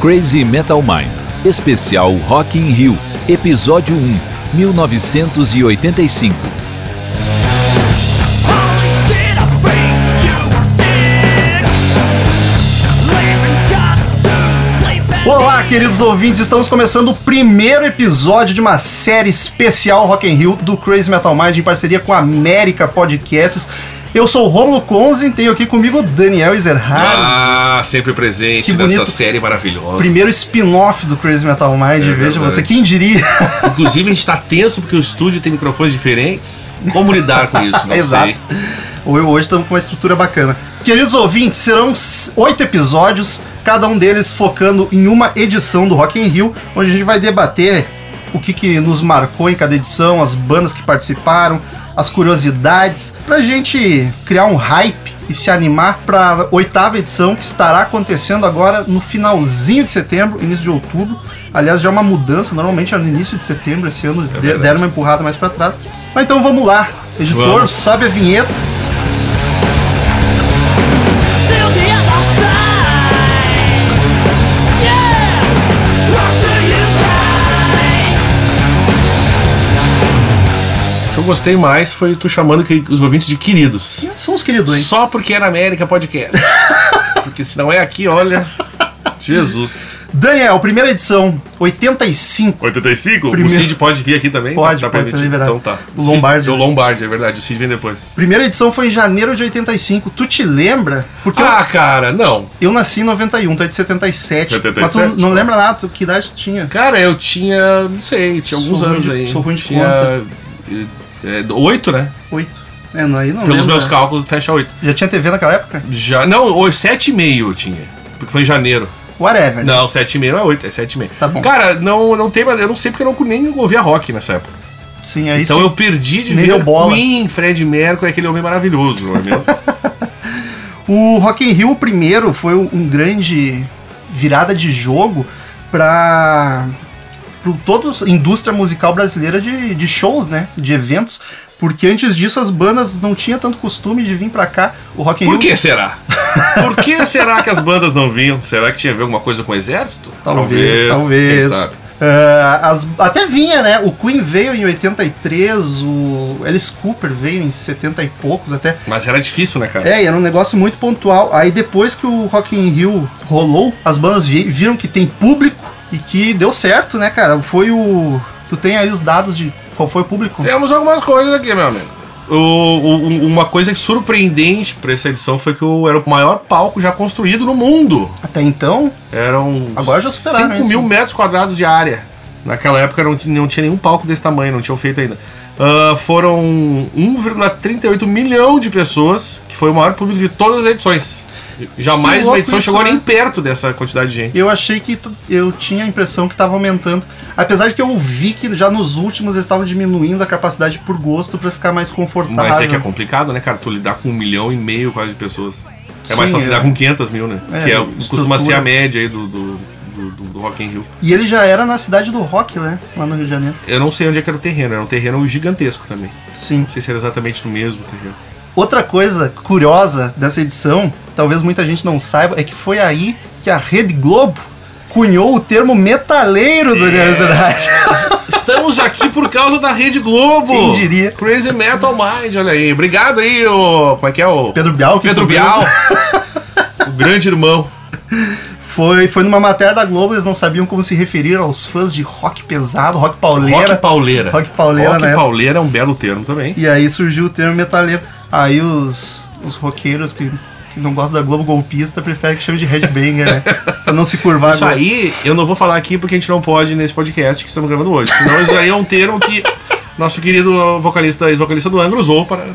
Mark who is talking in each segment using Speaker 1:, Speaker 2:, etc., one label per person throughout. Speaker 1: Crazy Metal Mind, especial Rock in Rio, episódio 1, 1985.
Speaker 2: Olá, queridos ouvintes, estamos começando o primeiro episódio de uma série especial Rock in Rio do Crazy Metal Mind em parceria com a América Podcasts. Eu sou o Romulo Conze, tenho aqui comigo o Daniel Ezerhard.
Speaker 3: Ah, sempre
Speaker 2: Que
Speaker 3: presente nessa
Speaker 2: bonito.
Speaker 3: série maravilhosa.
Speaker 2: Primeiro spin-off do Crazy Metal Mind,
Speaker 3: É
Speaker 2: veja
Speaker 3: verdade.
Speaker 2: você, quem diria?
Speaker 3: Inclusive, a gente tá tenso porque o estúdio tem microfones diferentes. Como lidar com isso? Não
Speaker 2: Exato.
Speaker 3: sei.
Speaker 2: Ou eu hoje estamos com uma estrutura bacana. Queridos ouvintes, serão s- oito episódios, cada um deles focando em uma edição do Rock in Rio, onde a gente vai debater o que, que nos marcou em cada edição, as bandas que participaram, as curiosidades, pra gente criar um hype e se animar pra oitava edição que estará acontecendo agora no finalzinho de setembro, início de outubro. Aliás, já é uma mudança, normalmente era no início de setembro, esse ano de-
Speaker 3: É verdade.
Speaker 2: deram uma empurrada mais pra trás. Mas então vamos lá. Editor,
Speaker 3: Vamos.
Speaker 2: sobe a vinheta.
Speaker 3: O que eu gostei mais foi tu chamando que- os ouvintes de queridos.
Speaker 2: São os queridões.
Speaker 3: Só porque era América Podcast. porque se não é aqui, olha. Jesus.
Speaker 2: Daniel, primeira edição, 85.
Speaker 3: 85?
Speaker 2: Primeiro-
Speaker 3: O Cid pode vir aqui também?
Speaker 2: Pode,
Speaker 3: tá,
Speaker 2: pode,
Speaker 3: tá
Speaker 2: tá
Speaker 3: permitido.
Speaker 2: liberado.
Speaker 3: então tá.
Speaker 2: O Lombardi.
Speaker 3: Cid, o Lombardi, é verdade. O Cid vem depois.
Speaker 2: Primeira edição foi em janeiro de 85. Tu te lembra? Porque eu-
Speaker 3: Ah, cara, não.
Speaker 2: eu, nasci em 91, tu é de 77.
Speaker 3: 77,
Speaker 2: mas tu não
Speaker 3: né?
Speaker 2: lembra nada, tu- que idade tu tinha?
Speaker 3: Cara, eu tinha, não sei, tinha alguns
Speaker 2: Sou ruim
Speaker 3: anos
Speaker 2: de-
Speaker 3: aí.
Speaker 2: sou ruim de
Speaker 3: tinha,
Speaker 2: conta.
Speaker 3: eh, eh, Oito, né?
Speaker 2: Oito. É, não, aí não
Speaker 3: Pelos
Speaker 2: lembro,
Speaker 3: meus
Speaker 2: né?
Speaker 3: cálculos, fecha oito.
Speaker 2: Já tinha TV naquela época?
Speaker 3: Já, não, o- sete e meio eu tinha. Porque foi em janeiro.
Speaker 2: Whatever. né?
Speaker 3: Não, sete e meio não é oito, é sete e meio.
Speaker 2: Tá bom.
Speaker 3: Cara, não, não tem, mas eu não sei porque eu não nem ouvia rock nessa época.
Speaker 2: Sim, aí
Speaker 3: Então
Speaker 2: sim.
Speaker 3: eu perdi de
Speaker 2: Nem deu
Speaker 3: ver
Speaker 2: É bola.
Speaker 3: Queen, Fred Mercury, aquele homem maravilhoso, não é mesmo?
Speaker 2: O Rock in Rio, o primeiro, foi um um grande virada de jogo para toda a indústria musical brasileira de, de shows, né? De eventos. Porque antes disso as bandas não tinham tanto costume de vir pra cá. O Rock in
Speaker 3: Por
Speaker 2: Rio
Speaker 3: que será? Por que será que as bandas não vinham? Será que tinha a ver alguma coisa com o exército?
Speaker 2: Talvez,
Speaker 3: quem
Speaker 2: talvez.
Speaker 3: sabe.
Speaker 2: Ah, as- até vinha, né? O Queen veio em 83, o Alice Cooper veio em 70 e poucos até.
Speaker 3: Mas era difícil, né, cara?
Speaker 2: É, e era um negócio muito pontual. Aí depois que o Rock in Rio rolou, as bandas vi- viram que tem público e que deu certo, né, cara? Foi o... Tu tem aí os dados de qual foi o público?
Speaker 3: Temos algumas coisas aqui, meu amigo. O- o- um- uma coisa surpreendente pra essa edição foi que o- era o maior palco já construído no mundo.
Speaker 2: Até então,
Speaker 3: Eram
Speaker 2: Agora já superaram
Speaker 3: 5
Speaker 2: isso,
Speaker 3: mil
Speaker 2: né?
Speaker 3: metros quadrados de área. Naquela época não, t- não tinha nenhum palco desse tamanho, não tinham feito ainda. Ah, foram 1,38 milhão de pessoas, que foi o maior público de todas as edições.
Speaker 2: Que
Speaker 3: Jamais uma
Speaker 2: louco
Speaker 3: edição
Speaker 2: isso,
Speaker 3: chegou
Speaker 2: né?
Speaker 3: nem perto dessa quantidade de gente.
Speaker 2: eu achei que... t- Eu tinha a impressão que tava aumentando. Apesar de que eu vi que já nos últimos eles estavam diminuindo a capacidade por gosto pra ficar mais confortável.
Speaker 3: Mas é que é complicado, né, cara? Tu lidar com um milhão e meio quase de pessoas. É mais
Speaker 2: Sim,
Speaker 3: fácil
Speaker 2: é.
Speaker 3: lidar com 500 mil, né?
Speaker 2: É,
Speaker 3: que é,
Speaker 2: estrutura.
Speaker 3: costuma ser a média aí do, do, do- do- do Rock in Rio.
Speaker 2: E ele já era na cidade do rock, né? Lá no Rio de Janeiro.
Speaker 3: Eu não sei onde é que era o terreno, era um terreno gigantesco também.
Speaker 2: Sim.
Speaker 3: Não sei se era exatamente no mesmo terreno.
Speaker 2: Outra coisa curiosa dessa edição, talvez muita gente não saiba, é que foi aí que a Rede Globo cunhou o termo metaleiro do Daniel Zerhard.
Speaker 3: É. Estamos aqui por causa da Rede Globo.
Speaker 2: Quem diria?
Speaker 3: Crazy Metal Mind, olha aí. Obrigado aí, o. Como é que é o.
Speaker 2: Pedro Bial. que
Speaker 3: Pedro
Speaker 2: cobriu.
Speaker 3: Bial. o grande irmão.
Speaker 2: Foi, foi numa matéria da Globo, eles não sabiam como se referir aos fãs de rock pesado, rock pauleira.
Speaker 3: Rock Pauleira.
Speaker 2: Rock Pauleira,
Speaker 3: Rock
Speaker 2: né?
Speaker 3: Pauleira é um belo termo também.
Speaker 2: E aí surgiu o termo metaleiro. Aí os, os roqueiros que, que não gostam da Globo golpista preferem que chame de headbanger, né? pra não se curvar.
Speaker 3: Isso aí eu não vou falar aqui porque a gente não pode nesse podcast que estamos gravando hoje. Senão isso aí é um termo que nosso querido vocalista, ex-vocalista do Angra usou para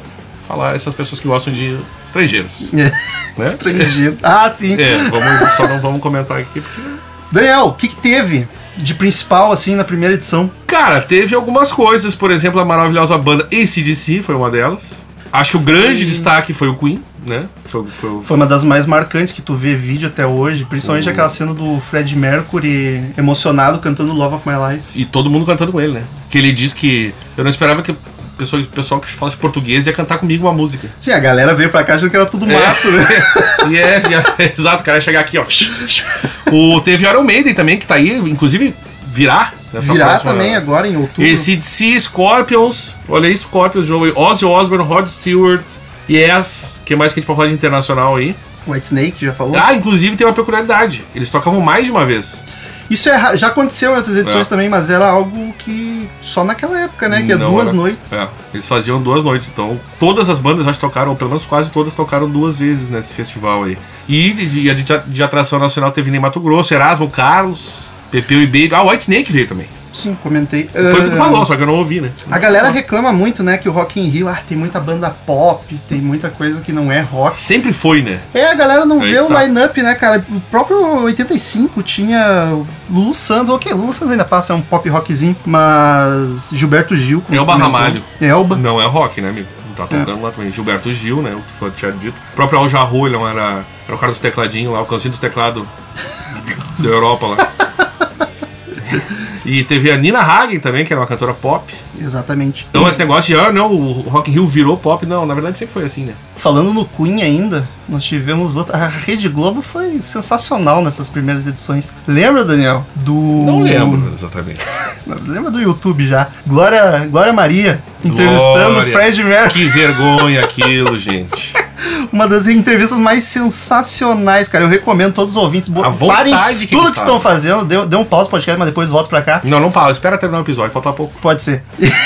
Speaker 3: falar essas pessoas que gostam de estrangeiros.
Speaker 2: É, Estrangeiro. Ah, sim.
Speaker 3: É, vamos, só não vamos comentar aqui porque.
Speaker 2: Daniel, o que, que teve de principal, assim, na primeira edição?
Speaker 3: Cara, teve algumas coisas, por exemplo, a maravilhosa banda ACDC foi uma delas. Acho que o grande destaque foi o Queen, né? Foi, foi o-
Speaker 2: Foi uma das mais marcantes que tu vê vídeo até hoje,
Speaker 3: Uhum.
Speaker 2: principalmente aquela cena do Fred Mercury emocionado cantando Love of My Life.
Speaker 3: E todo mundo cantando com ele, né? Que ele diz que. Eu não esperava que pessoa, pessoal que falasse português ia cantar comigo uma música.
Speaker 2: Sim, a galera veio pra cá achando que era
Speaker 3: É.
Speaker 2: tudo mato, né?
Speaker 3: E é, já- exato, o cara ia chegar aqui, ó. O, teve Iron Maiden também, que tá aí, inclusive, virá. nessa
Speaker 2: Virar
Speaker 3: próxima-
Speaker 2: também é agora em outubro.
Speaker 3: AC/DC, Scorpions, olha aí, Scorpions de novo aí, Ozzy Osbourne, Rod Stewart, Yes, que mais que a gente pode falar de internacional aí?
Speaker 2: White Snake já falou.
Speaker 3: Ah, inclusive tem uma peculiaridade, eles tocavam mais de uma vez.
Speaker 2: Isso é ra- já aconteceu em outras edições
Speaker 3: É.
Speaker 2: também, mas era algo que só naquela época, né? Que é
Speaker 3: Não
Speaker 2: duas
Speaker 3: era-
Speaker 2: noites.
Speaker 3: É, eles faziam duas noites, então todas as bandas acho que tocaram, ou pelo menos quase todas tocaram duas vezes nesse festival aí. E de, de- de atração nacional teve Ney Mato Grosso, Erasmo Carlos, Pepeu e Baby, ah, White Snake veio também.
Speaker 2: Sim, comentei.
Speaker 3: Foi o que tu
Speaker 2: Ah,
Speaker 3: falou, só que eu não ouvi, né?
Speaker 2: A galera reclama muito, né, que o Rock in Rio, ah, tem muita banda pop, tem muita coisa que não é rock.
Speaker 3: Sempre foi, né?
Speaker 2: É, a galera não
Speaker 3: Aí
Speaker 2: vê o
Speaker 3: tá.
Speaker 2: line-up, né, cara? O próprio 85 tinha Lulu Santos, ok, Lulu Santos ainda passa, é um pop rockzinho, mas Gilberto Gil... como
Speaker 3: Elba
Speaker 2: tu comentou.
Speaker 3: Ramalho.
Speaker 2: Elba.
Speaker 3: Não é rock, né, amigo? Não tá tocando lá também. Gilberto Gil, né? O que foi tinha dito. O próprio Al Jarro, ele é um, era, era o cara dos tecladinhos lá, o cansinho dos teclados da Europa lá. E teve a Nina Hagen também, que era uma cantora pop.
Speaker 2: Exatamente.
Speaker 3: Então esse negócio de, ah, não, o Rock in Rio virou pop. Não, na verdade sempre foi assim, né?
Speaker 2: Falando no Queen ainda, nós tivemos outra. A Rede Globo foi sensacional nessas primeiras edições. Lembra, Daniel? Do.
Speaker 3: exatamente.
Speaker 2: Lembra do YouTube já? Glória, Glória Maria entrevistando
Speaker 3: Glória.
Speaker 2: Fred Mercury.
Speaker 3: Que vergonha aquilo, gente.
Speaker 2: Uma das entrevistas mais sensacionais, cara. Eu recomendo todos os ouvintes. bo-
Speaker 3: A vontade que
Speaker 2: tudo
Speaker 3: eles
Speaker 2: que estão fazendo. Dê, dê um pause no podcast, mas depois volta pra cá.
Speaker 3: Não, não para, espera terminar o episódio, falta pouco.
Speaker 2: Pode ser.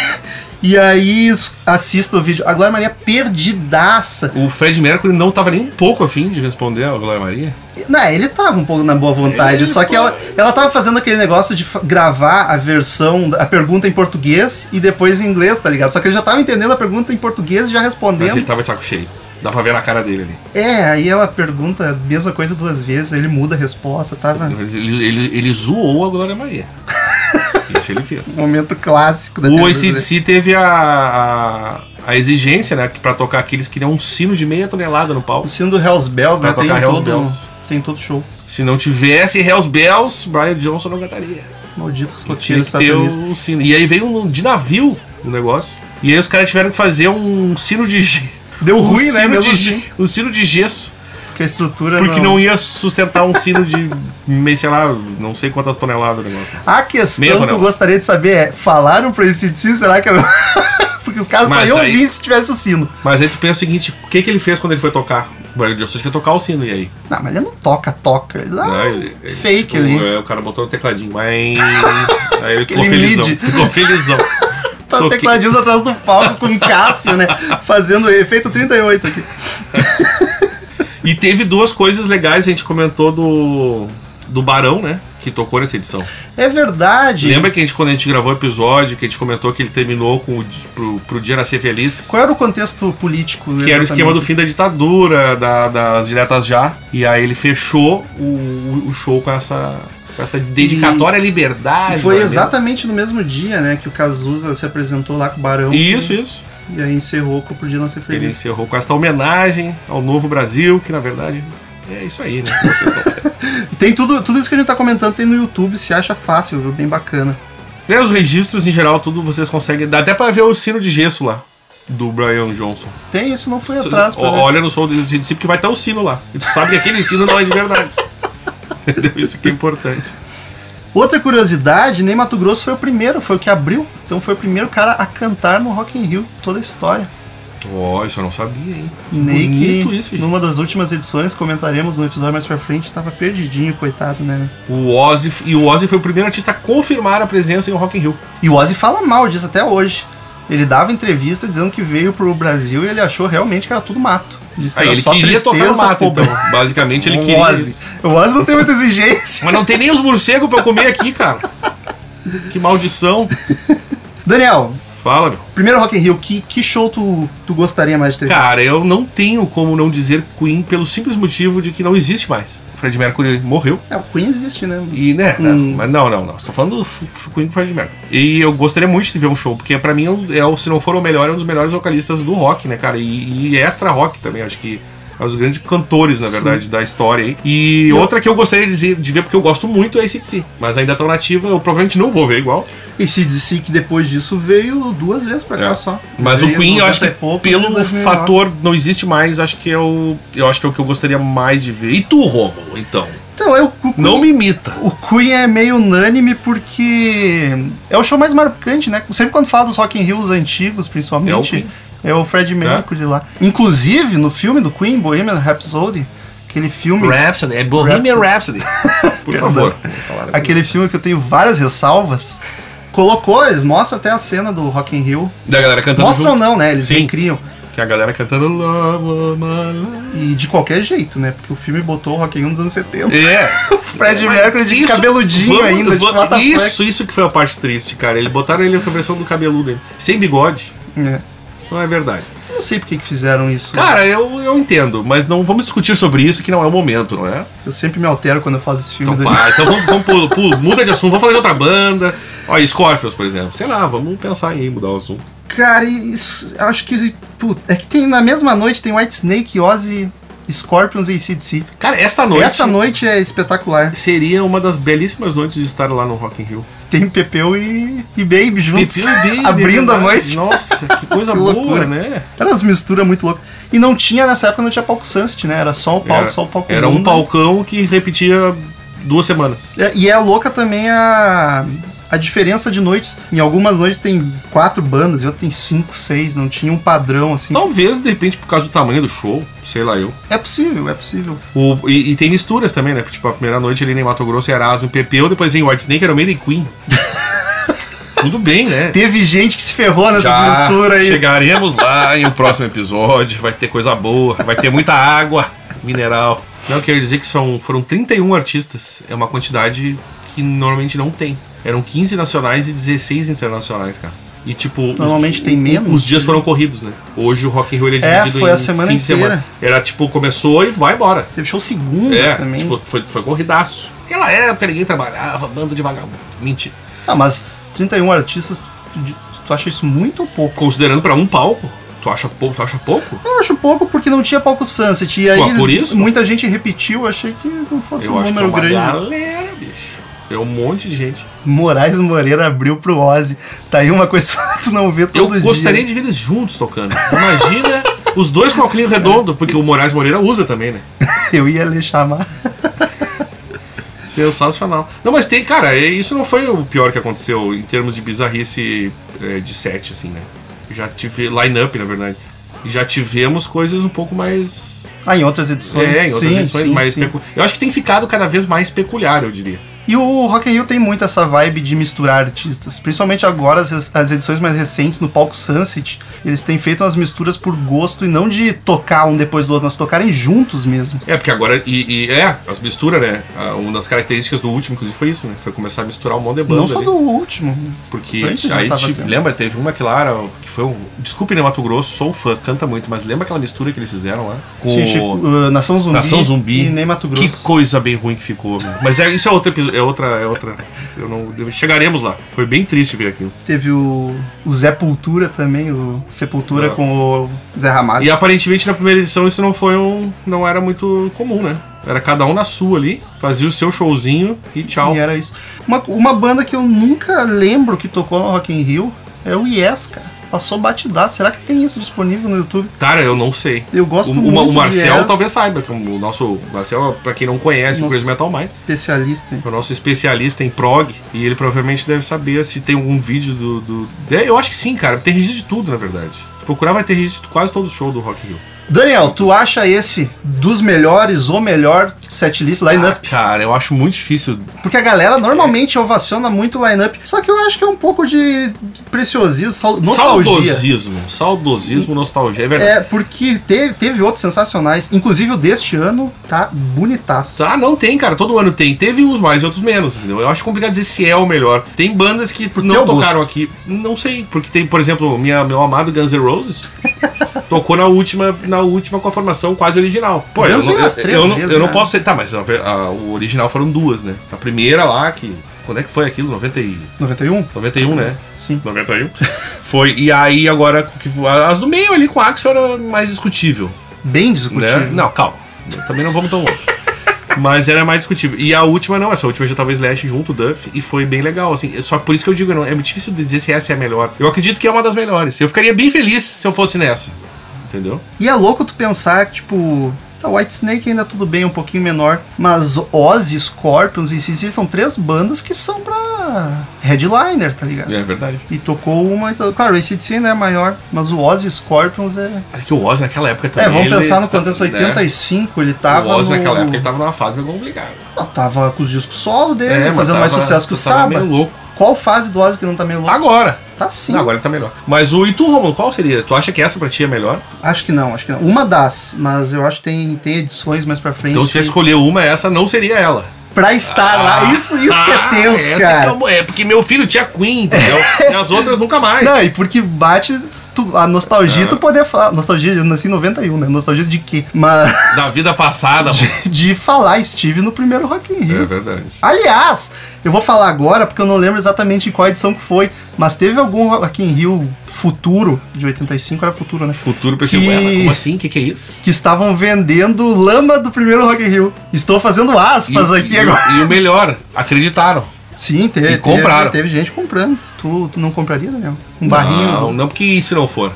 Speaker 2: E aí, assista o vídeo. A Glória Maria perdidaça.
Speaker 3: O Fred Mercury não tava nem um pouco afim de responder a Glória Maria.
Speaker 2: Não, ele tava um pouco na boa vontade,
Speaker 3: Ele,
Speaker 2: só que
Speaker 3: pô.
Speaker 2: ela, ela tava fazendo aquele negócio de fa- gravar a versão, da- a pergunta em português e depois em inglês, tá ligado? Só que ele já tava entendendo a pergunta em português e já
Speaker 3: Mas
Speaker 2: respondendo.
Speaker 3: ele tá- tava de saco cheio. Dá pra ver na cara dele ali.
Speaker 2: É, aí ela pergunta a mesma coisa duas vezes, ele muda a resposta, tava.
Speaker 3: Ele, ele, ele zoou a Glória Maria. Isso ele fez.
Speaker 2: um Momento clássico da
Speaker 3: O
Speaker 2: TV
Speaker 3: ACDC teve a, a, a exigência, né? Que pra tocar aqui eles queriam um sino de meia tonelada no
Speaker 2: O
Speaker 3: palco.
Speaker 2: sino do Hells Bells, né?
Speaker 3: Pra
Speaker 2: Tem
Speaker 3: tocar
Speaker 2: em
Speaker 3: Hells
Speaker 2: todo,
Speaker 3: Bells.
Speaker 2: tem em todo show.
Speaker 3: Se não tivesse Hells Bells, Brian Johnson não cantaria.
Speaker 2: Malditos
Speaker 3: E tinha
Speaker 2: roteiros
Speaker 3: que ter
Speaker 2: satanistas.
Speaker 3: o sino. E aí veio um de navio o negócio. E aí os caras tiveram que fazer um sino de ge-
Speaker 2: Deu
Speaker 3: um
Speaker 2: ruim, né?
Speaker 3: sino
Speaker 2: Mesmo
Speaker 3: de
Speaker 2: assim, É,
Speaker 3: ge- Um sino de gesso.
Speaker 2: porque a estrutura.
Speaker 3: Porque não ia sustentar um sino de, me- sei lá, não sei quantas toneladas o negócio.
Speaker 2: A questão
Speaker 3: Meia
Speaker 2: que eu
Speaker 3: tonelada.
Speaker 2: gostaria de saber é: falaram pro ACDC? Será que era. Porque os caras só
Speaker 3: Mas
Speaker 2: iam
Speaker 3: aí-
Speaker 2: ouvir se tivesse o sino.
Speaker 3: Mas aí tu pensa o seguinte, o que, que ele fez quando ele foi tocar? O Brian Johnson tinha que tocar o sino, e aí?
Speaker 2: Não, mas ele não toca, toca. Ele dá
Speaker 3: Né?
Speaker 2: um
Speaker 3: Ele- ele,
Speaker 2: fake
Speaker 3: tipo,
Speaker 2: ali.
Speaker 3: é, o cara botou no tecladinho, mas... aí ele ficou
Speaker 2: Aquele
Speaker 3: felizão,
Speaker 2: mid.
Speaker 3: ficou felizão.
Speaker 2: Tá
Speaker 3: toquei.
Speaker 2: tecladinhos atrás do palco com o Cássio, né? Fazendo efeito 38 aqui.
Speaker 3: E teve duas coisas legais, a gente comentou do, do Barão, né? Que tocou nessa edição.
Speaker 2: É verdade.
Speaker 3: Lembra que a gente, quando a gente gravou o episódio, que a gente comentou que ele terminou com o, di- pro, pro Dia Nascer Feliz?
Speaker 2: Qual é era o contexto político?
Speaker 3: Que era o esquema do fim da ditadura, da- das diretas já. E aí ele fechou o, o show com essa, com essa dedicatória à liberdade.
Speaker 2: Foi
Speaker 3: né?
Speaker 2: exatamente no mesmo dia, né? Que o Cazuza se apresentou lá com o Barão.
Speaker 3: Isso, isso.
Speaker 2: E aí encerrou com o Podia Não Ser
Speaker 3: Ele
Speaker 2: Feliz.
Speaker 3: encerrou com esta homenagem ao novo Brasil, que na verdade é isso aí, né? Vocês estão-
Speaker 2: Tem tudo, tudo isso que a gente tá comentando, tem no YouTube, se acha fácil, viu? Bem bacana.
Speaker 3: Né, os registros em geral, tudo vocês conseguem. Dá até pra ver o sino de gesso lá. Do Brian Johnson.
Speaker 2: Tem isso, não foi atrás.
Speaker 3: Ó,
Speaker 2: pra ver.
Speaker 3: olha no som do discípulo que vai estar o sino lá. E tu sabe que aquele sino não é de verdade. Entendeu? Isso que é importante.
Speaker 2: Outra curiosidade, nem Mato Grosso foi o primeiro, foi o que abriu. Então foi o primeiro cara a cantar no Rock in Rio, toda a história.
Speaker 3: Ó, isso eu não sabia, hein?
Speaker 2: Ney
Speaker 3: Bonito
Speaker 2: que
Speaker 3: isso, gente.
Speaker 2: numa das últimas edições, comentaremos no episódio mais pra frente, tava perdidinho, coitado, né?
Speaker 3: O Ozzy, e o Ozzy foi o primeiro artista a confirmar a presença em Rock in Rio.
Speaker 2: E o Ozzy fala mal disso até hoje. Ele dava entrevista dizendo que veio pro Brasil e ele achou realmente que era tudo mato. Diz que
Speaker 3: Aí
Speaker 2: era
Speaker 3: ele
Speaker 2: só
Speaker 3: queria tocar no
Speaker 2: tristeza,
Speaker 3: mato, então.
Speaker 2: pobreza.
Speaker 3: Basicamente ele
Speaker 2: O
Speaker 3: queria.
Speaker 2: Ozzy. O Ozzy não tem muita exigência.
Speaker 3: Mas não tem nem os morcegos pra eu comer aqui, cara. Que maldição.
Speaker 2: Daniel,
Speaker 3: Fala, meu.
Speaker 2: primeiro Rock in Rio, que, que show tu, tu gostaria mais de ter?
Speaker 3: Cara, eu não tenho como não dizer Queen pelo simples motivo de que não existe mais. O Fred Mercury morreu.
Speaker 2: É, o Queen existe, né?
Speaker 3: E, né?
Speaker 2: Hum.
Speaker 3: Mas não, não, não. Estou falando do F- F- Queen com Fred Mercury. E eu gostaria muito de ver um show, porque pra é mim, é, o- se não for o melhor, é um dos melhores vocalistas do rock, né, cara? E, e extra rock também. Acho que É um dos grandes cantores, na verdade, da história aí. E outra que eu gostaria de, dizer- de ver, porque eu gosto muito, é ACDC. Mas ainda tão nativa, eu provavelmente não vou ver igual.
Speaker 2: E se disse que depois disso veio duas vezes pra cá
Speaker 3: É.
Speaker 2: só.
Speaker 3: Mas
Speaker 2: Veio
Speaker 3: o Queen, eu
Speaker 2: 90
Speaker 3: acho que
Speaker 2: e poucos, e
Speaker 3: pelo
Speaker 2: 2009.
Speaker 3: fator não existe mais, acho que é o. Eu acho que é o que eu gostaria mais de ver. E tu, Romulo, então?
Speaker 2: Então, eu, o, Queen-
Speaker 3: Não me imita.
Speaker 2: o Queen é meio unânime porque é o show mais marcante, né? Sempre quando fala dos Rock in Rios antigos, principalmente, é o Fred Mercury lá. Inclusive, no filme do Queen, Bohemian Rhapsody, aquele filme...
Speaker 3: Rhapsody, é Bohemian Rhapsody. Por
Speaker 2: Perdão.
Speaker 3: favor. Vamos falar aqui.
Speaker 2: Aquele filme que eu tenho várias ressalvas. Colocou, eles mostram até a cena do Rock in Rio.
Speaker 3: Da galera cantando.
Speaker 2: Mostram
Speaker 3: junto.
Speaker 2: não, né? Eles
Speaker 3: Sim.
Speaker 2: recriam.
Speaker 3: Que a galera cantando Love of My
Speaker 2: E de qualquer jeito, né? Porque o filme botou o Rock in Rio nos anos 70.
Speaker 3: Life. É.
Speaker 2: O Fred
Speaker 3: Mas
Speaker 2: Mercury de
Speaker 3: isso-
Speaker 2: cabeludinho
Speaker 3: vamos-
Speaker 2: ainda, de
Speaker 3: vamos-
Speaker 2: plataforma.
Speaker 3: Isso, isso que foi a parte triste, cara. Eles botaram ele com a versão do cabeludo dele. Sem bigode.
Speaker 2: É.
Speaker 3: Isso não é verdade.
Speaker 2: Eu Não sei por que que fizeram isso. né?
Speaker 3: Cara, eu, eu entendo, mas não vamos discutir sobre isso, que não é o momento, não é?
Speaker 2: Eu sempre me altero quando eu falo desse filme.
Speaker 3: Então,
Speaker 2: Daniel.
Speaker 3: pá, então vamos, vamos pulo, pulo, muda de assunto, vamos falar de outra banda. Olha, Scorpions, por exemplo. Sei lá, vamos pensar em mudar o assunto.
Speaker 2: Cara, e isso, acho que. puta, é que tem na mesma noite tem White Snake, Ozzy, Scorpions e ACDC.
Speaker 3: Cara, esta noite,
Speaker 2: Essa noite é espetacular.
Speaker 3: seria uma das belíssimas noites de estar lá no Rock in Rio.
Speaker 2: Tem Pepeu e, e Baby juntos.
Speaker 3: Pepeu e Baby,
Speaker 2: abrindo
Speaker 3: é
Speaker 2: a noite.
Speaker 3: verdade. Nossa, que coisa
Speaker 2: Que
Speaker 3: boa,
Speaker 2: loucura.
Speaker 3: né?
Speaker 2: Era umas misturas muito loucas. E não tinha, nessa época não tinha palco Sunset, né? Era só o palco,
Speaker 3: era
Speaker 2: só o palco
Speaker 3: era um
Speaker 2: mundo. né?
Speaker 3: palcão que repetia duas semanas.
Speaker 2: É, E é louca também a, a diferença de noites. Em algumas noites tem quatro bandas, eu tenho cinco, seis, não tinha um padrão assim.
Speaker 3: Talvez, de repente, por causa do tamanho do show, sei lá eu.
Speaker 2: É possível, é possível.
Speaker 3: O- e, e tem misturas também, né? Tipo, a primeira noite ele em Mato Grosso era Asno Pepeu, depois vem White Snake, era Maiden e Queen. Tudo bem, né?
Speaker 2: Teve gente que se ferrou nessas
Speaker 3: Já
Speaker 2: misturas aí.
Speaker 3: Chegaremos lá em um próximo episódio. Vai ter coisa boa, vai ter muita água mineral. Não, eu quero dizer que são, foram 31 artistas. É uma quantidade que normalmente não tem. Eram 15 nacionais e 16 internacionais, cara. E tipo, os-
Speaker 2: Normalmente tem menos.
Speaker 3: Os dias foram corridos, né? Hoje o Rock in Rio ele é
Speaker 2: É,
Speaker 3: dividido
Speaker 2: foi
Speaker 3: em
Speaker 2: a semana
Speaker 3: fim de semana.
Speaker 2: inteira.
Speaker 3: Era tipo, começou e vai embora.
Speaker 2: Teve show segunda
Speaker 3: É,
Speaker 2: também.
Speaker 3: tipo, foi, foi corridaço. Naquela época ninguém trabalhava, bando de vagabundo. Mentira.
Speaker 2: Ah, mas 31 artistas, tu, di- tu acha isso muito ou pouco?
Speaker 3: Considerando pra um palco, tu acha pouco? Tu acha pouco?
Speaker 2: Eu acho pouco porque não tinha palco Sunset. E aí
Speaker 3: Ué, por isso?
Speaker 2: muita gente repetiu, eu achei que não fosse um
Speaker 3: que é
Speaker 2: número
Speaker 3: uma
Speaker 2: grande. né?
Speaker 3: galera, bicho. É um monte de gente.
Speaker 2: Moraes Moreira abriu pro Ozzy. Tá aí uma coisa que tu não vê todo dia.
Speaker 3: eu gostaria de ver eles juntos tocando. Imagina os dois com o óculos redondo, porque o Moraes Moreira usa também, né?
Speaker 2: Eu ia lhe chamar.
Speaker 3: Sensacional. Não, mas tem, cara, é- isso não foi o pior que aconteceu em termos de bizarrice é, de set, assim, né? Já tive line-up, na verdade. E Já tivemos coisas um pouco mais.
Speaker 2: Ah, em outras edições.
Speaker 3: É, em outras
Speaker 2: sim,
Speaker 3: edições
Speaker 2: sim,
Speaker 3: mais
Speaker 2: sim.
Speaker 3: pecu- Eu acho que tem ficado cada vez mais peculiar, eu diria.
Speaker 2: E o Rock in Rio tem muito essa vibe de misturar artistas. Principalmente agora, as, as edições mais recentes no palco Sunset, eles têm feito umas misturas por gosto e não de tocar um depois do outro, mas tocarem juntos mesmo.
Speaker 3: É, porque agora. E, e- é, as misturas, né? Ah, Uma das características do último, inclusive, foi isso, né? Foi começar a misturar um monte de banda.
Speaker 2: não só
Speaker 3: ali.
Speaker 2: do último.
Speaker 3: Porque
Speaker 2: Antes já
Speaker 3: aí,
Speaker 2: tava
Speaker 3: te,
Speaker 2: tendo.
Speaker 3: lembra, teve uma que lá era, que foi um. Desculpe, né, Mato Grosso, sou um fã, canta muito, mas lembra aquela mistura que eles fizeram lá? Com
Speaker 2: Sim, Chico, uh, Nação Zumbi.
Speaker 3: Nação Zumbi.
Speaker 2: E nem Mato
Speaker 3: Que
Speaker 2: Grosso.
Speaker 3: coisa bem ruim que ficou, meu. Mas é, isso é outro episódio. É outra. É outra eu não, chegaremos lá. Foi bem triste ver aquilo.
Speaker 2: Teve o, o Zé Pultura também, o Sepultura
Speaker 3: Ah.
Speaker 2: com o Zé Ramalho.
Speaker 3: E aparentemente na primeira edição isso não foi um. não era muito comum, né? Era cada um na sua ali, fazia o seu showzinho e tchau.
Speaker 2: E era isso. Uma, uma banda que eu nunca lembro que tocou no Rock in Rio é o Yes, cara. Passou batidaço. Será que tem isso disponível no YouTube?
Speaker 3: Cara, eu não sei.
Speaker 2: Eu gosto
Speaker 3: O,
Speaker 2: muito
Speaker 3: o, o
Speaker 2: de
Speaker 3: Marcel
Speaker 2: Yes,
Speaker 3: talvez saiba, que é o nosso. o Marcel, é, pra quem não conhece, o
Speaker 2: Nossa.
Speaker 3: Crazy Metal Mind.
Speaker 2: Especialista. hein?
Speaker 3: É o nosso especialista em prog e ele provavelmente deve saber se tem algum vídeo do. do... É, Eu acho que sim, cara. Tem registro de tudo, na verdade. Se procurar, vai ter registro de quase todo o show do Rock in Rio.
Speaker 2: Daniel, tu acha esse dos melhores ou melhor setlist,
Speaker 3: Ah,
Speaker 2: lineup?
Speaker 3: cara, eu acho muito difícil.
Speaker 2: Porque a galera normalmente ovaciona muito o lineup. Só que eu acho que é um pouco de preciosismo, sal- nostalgia.
Speaker 3: Saudosismo. Saudosismo, nostalgia. É verdade.
Speaker 2: É, porque teve, teve outros sensacionais. Inclusive o deste ano tá bonitaço.
Speaker 3: Ah, não tem, cara. Todo ano tem. Teve uns mais e outros menos, entendeu? Eu acho complicado dizer se é o melhor. Tem bandas que
Speaker 2: teu
Speaker 3: não tocaram aqui. Não sei. Porque tem, por exemplo, minha, meu amado Guns N' Roses tocou na última, na última com a formação quase original. Pô,
Speaker 2: Guns
Speaker 3: eu, não-
Speaker 2: veio
Speaker 3: eu,
Speaker 2: umas três
Speaker 3: eu não,
Speaker 2: vezes,
Speaker 3: eu não
Speaker 2: né?
Speaker 3: posso ser. Tá, mas a, a- o original foram duas, né? A primeira lá, que. Quando é que foi aquilo? 90 e,
Speaker 2: 91?
Speaker 3: 91, né?
Speaker 2: Sim.
Speaker 3: 91. Foi. E aí agora. que- As do meio ali com o Axel era mais discutível.
Speaker 2: bem
Speaker 3: né?
Speaker 2: discutível.
Speaker 3: Não, calma. Também não vamos tão longe. Mas era mais discutível. E a última não, essa última já tava Slash junto, Duff, e foi bem legal, assim. Só por isso que eu digo, não, é muito difícil de dizer se essa é a melhor. Eu acredito que é uma das melhores. Eu ficaria bem feliz se eu fosse nessa. Entendeu?
Speaker 2: E é louco tu pensar, tipo, tá, White Snake ainda tudo bem, é um pouquinho menor, mas Ozzy, Scorpions e CC são três bandas que são pra headliner, tá ligado?
Speaker 3: É verdade.
Speaker 2: E tocou uma, claro, esse DC ainda é maior, mas o Ozzy e Scorpions é.
Speaker 3: É que o Oz naquela época também.
Speaker 2: É, vamos
Speaker 3: ele-
Speaker 2: pensar no contexto
Speaker 3: né?
Speaker 2: 85, ele
Speaker 3: O
Speaker 2: tava.
Speaker 3: Oz
Speaker 2: no...
Speaker 3: naquela época ele tava numa fase meio complicada.
Speaker 2: Ah, tava com os discos solo dele,
Speaker 3: É, mas
Speaker 2: fazendo mais
Speaker 3: tava-
Speaker 2: sucesso que o
Speaker 3: tava
Speaker 2: Saba.
Speaker 3: meio louco.
Speaker 2: Qual fase do Ozzy que não tá meio louco?
Speaker 3: Agora.
Speaker 2: Tá sim.
Speaker 3: Não, agora ele tá melhor. Mas o e tu, Romulo, qual seria? Tu acha que essa pra ti é melhor?
Speaker 2: Acho que não, acho que não. Uma das, mas eu acho que tem, tem edições mais pra frente.
Speaker 3: Então se
Speaker 2: que-
Speaker 3: eu escolher uma, essa não seria ela.
Speaker 2: Pra estar lá. Isso, isso que é
Speaker 3: Ah,
Speaker 2: tenso,
Speaker 3: essa
Speaker 2: cara.
Speaker 3: que é o- é, porque meu filho tinha Queen, entendeu? e as outras nunca mais.
Speaker 2: Não, e porque bate tu- a nostalgia,
Speaker 3: Ah.
Speaker 2: tu poder falar. Nostalgia, eu nasci em 91, né? Nostalgia de quê? Mas.
Speaker 3: Da vida passada. pô.
Speaker 2: De falar Steve no primeiro Rock in Rio.
Speaker 3: É verdade.
Speaker 2: Aliás, eu vou falar agora porque eu não lembro exatamente em qual edição que foi, mas teve algum Rock in Rio futuro, de 85 era futuro, né?
Speaker 3: Futuro pra
Speaker 2: Que-
Speaker 3: que... ela. Como assim? O que, que é isso?
Speaker 2: Que estavam vendendo lama do primeiro Rock in Rio. Estou fazendo aspas aqui
Speaker 3: e,
Speaker 2: agora.
Speaker 3: e o melhor, acreditaram.
Speaker 2: Sim, teve,
Speaker 3: e
Speaker 2: teve-
Speaker 3: compraram.
Speaker 2: teve gente comprando. Tu, tu não compraria, Daniel? Um barrinho.
Speaker 3: Não, não, porque e se não for?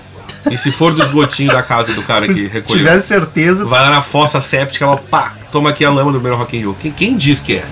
Speaker 3: E se for dos gotinhos da casa do cara que
Speaker 2: Se
Speaker 3: recolheu?
Speaker 2: tivesse certeza,
Speaker 3: Vai lá na fossa séptica, ela pá, toma aqui a lama do primeiro Rock in Rio. Quem, quem diz que é?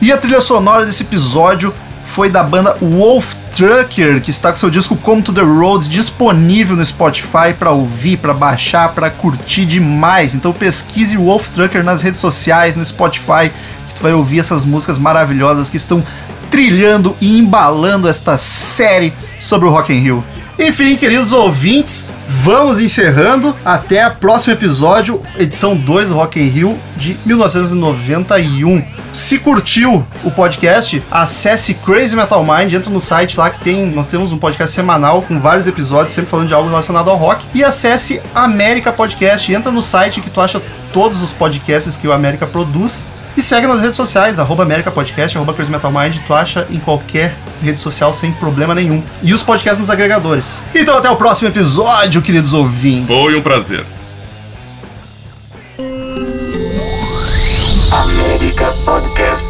Speaker 2: E a trilha sonora desse episódio foi da banda Wolf Trucker, que está com seu disco Come to the Road disponível no Spotify para ouvir, para baixar, para curtir demais. Então pesquise Wolf Trucker nas redes sociais, no Spotify, que tu vai ouvir essas músicas maravilhosas que estão trilhando e embalando esta série sobre o Rock in Rio. Enfim, queridos ouvintes, vamos encerrando. Até o próximo episódio, edição 2 do Rock in Rio de 1991. Se curtiu o podcast, acesse Crazy Metal Mind, entra no site lá que tem, nós temos um podcast semanal com vários episódios, sempre falando de algo relacionado ao rock. E acesse América Podcast, entra no site que tu acha todos os podcasts que o América produz. E segue nas redes sociais, arroba América Podcast, arroba Crazy Metal Mind, tu acha em qualquer rede social sem problema nenhum. E os podcasts nos agregadores. Então até o próximo episódio, queridos ouvintes.
Speaker 3: Foi um prazer.
Speaker 4: América Podcast.